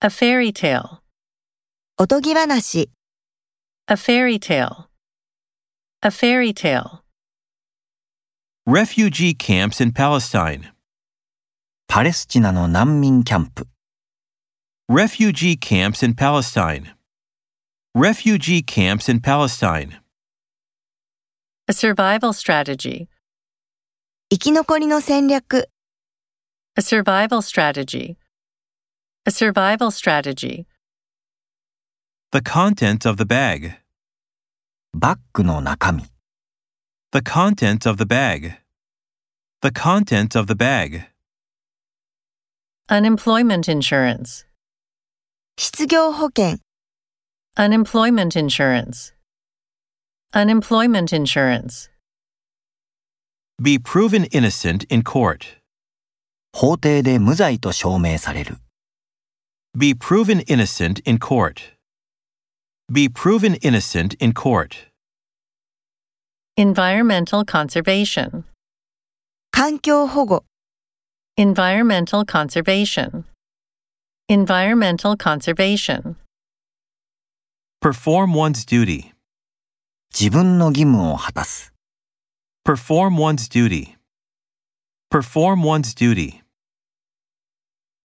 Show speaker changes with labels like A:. A: A fairy tale.
B: おとぎ話、
A: A fairy tale. A fairy tale.
C: Refugee camps in Palestine.
D: パレスチナの難民キャンプ、
C: Refugee camps in Palestine. Refugee camps in Palestine.
A: A survival strategy.
B: 生き残りの戦略、
A: A survival strategy. A survival strategy.
C: The contents of the bag.
D: バッグの中身、
C: The contents of the bag. The contents of the bag.
A: Unemployment insurance.
B: 失業保険、
A: Unemployment insurance. Unemployment insurance.
C: Be proven innocent in court.
D: 法廷で無罪と証明される、
C: Be proven innocent in court. Be proven innocent in court.
A: Environmental conservation.
B: 環境保護、
A: Environmental conservation. Environmental conservation.
C: Perform one's duty.
D: 自分の義務を果たす。
C: Perform one's duty. Perform one's duty.